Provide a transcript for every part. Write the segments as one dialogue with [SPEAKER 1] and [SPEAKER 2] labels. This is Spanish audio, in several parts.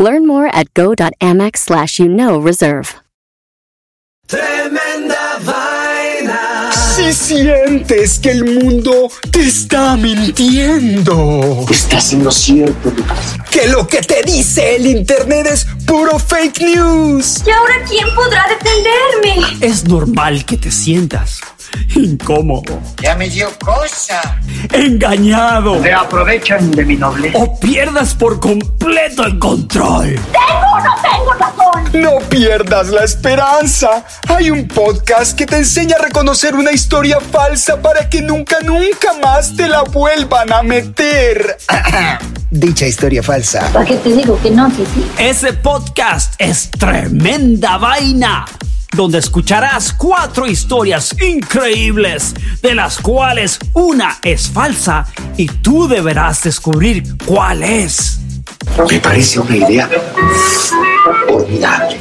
[SPEAKER 1] Learn more at go.amex slash you know reserve.
[SPEAKER 2] Tremenda vaina.
[SPEAKER 3] Si sientes que el mundo te está mintiendo,
[SPEAKER 4] Estás en lo cierto, Lucas.
[SPEAKER 3] que lo que te dice el internet es puro fake news,
[SPEAKER 5] ¿Y ahora quién podrá defenderme?
[SPEAKER 6] Es normal que te sientas incómodo,
[SPEAKER 4] Ya me dio cosa.
[SPEAKER 6] engañado
[SPEAKER 4] Se aprovechan de mi nobleza.
[SPEAKER 6] o pierdas por completo el control.
[SPEAKER 5] ¡Tengo o no tengo razón!
[SPEAKER 3] no pierdas la esperanza. Hay un podcast que te enseña a reconocer una historia falsa para que nunca, nunca más te la vuelvan a meter. Dicha historia falsa.
[SPEAKER 5] ¿Para qué te digo que no, que sí?
[SPEAKER 6] Ese podcast es tremenda vaina, donde escucharás cuatro historias increíbles, de las cuales una es falsa y tú deberás descubrir cuál es.
[SPEAKER 4] Me parece una idea formidable.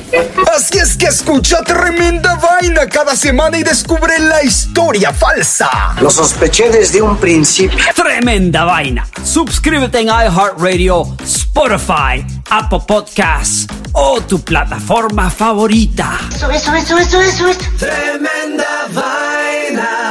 [SPEAKER 3] Así es que escucha tremenda vaina cada semana y descubre la historia falsa.
[SPEAKER 4] Lo sospeché desde un principio.
[SPEAKER 6] Tremenda vaina. Suscríbete en iHeartRadio, Spotify, Apple Podcasts o tu plataforma favorita.
[SPEAKER 2] Tremenda vaina.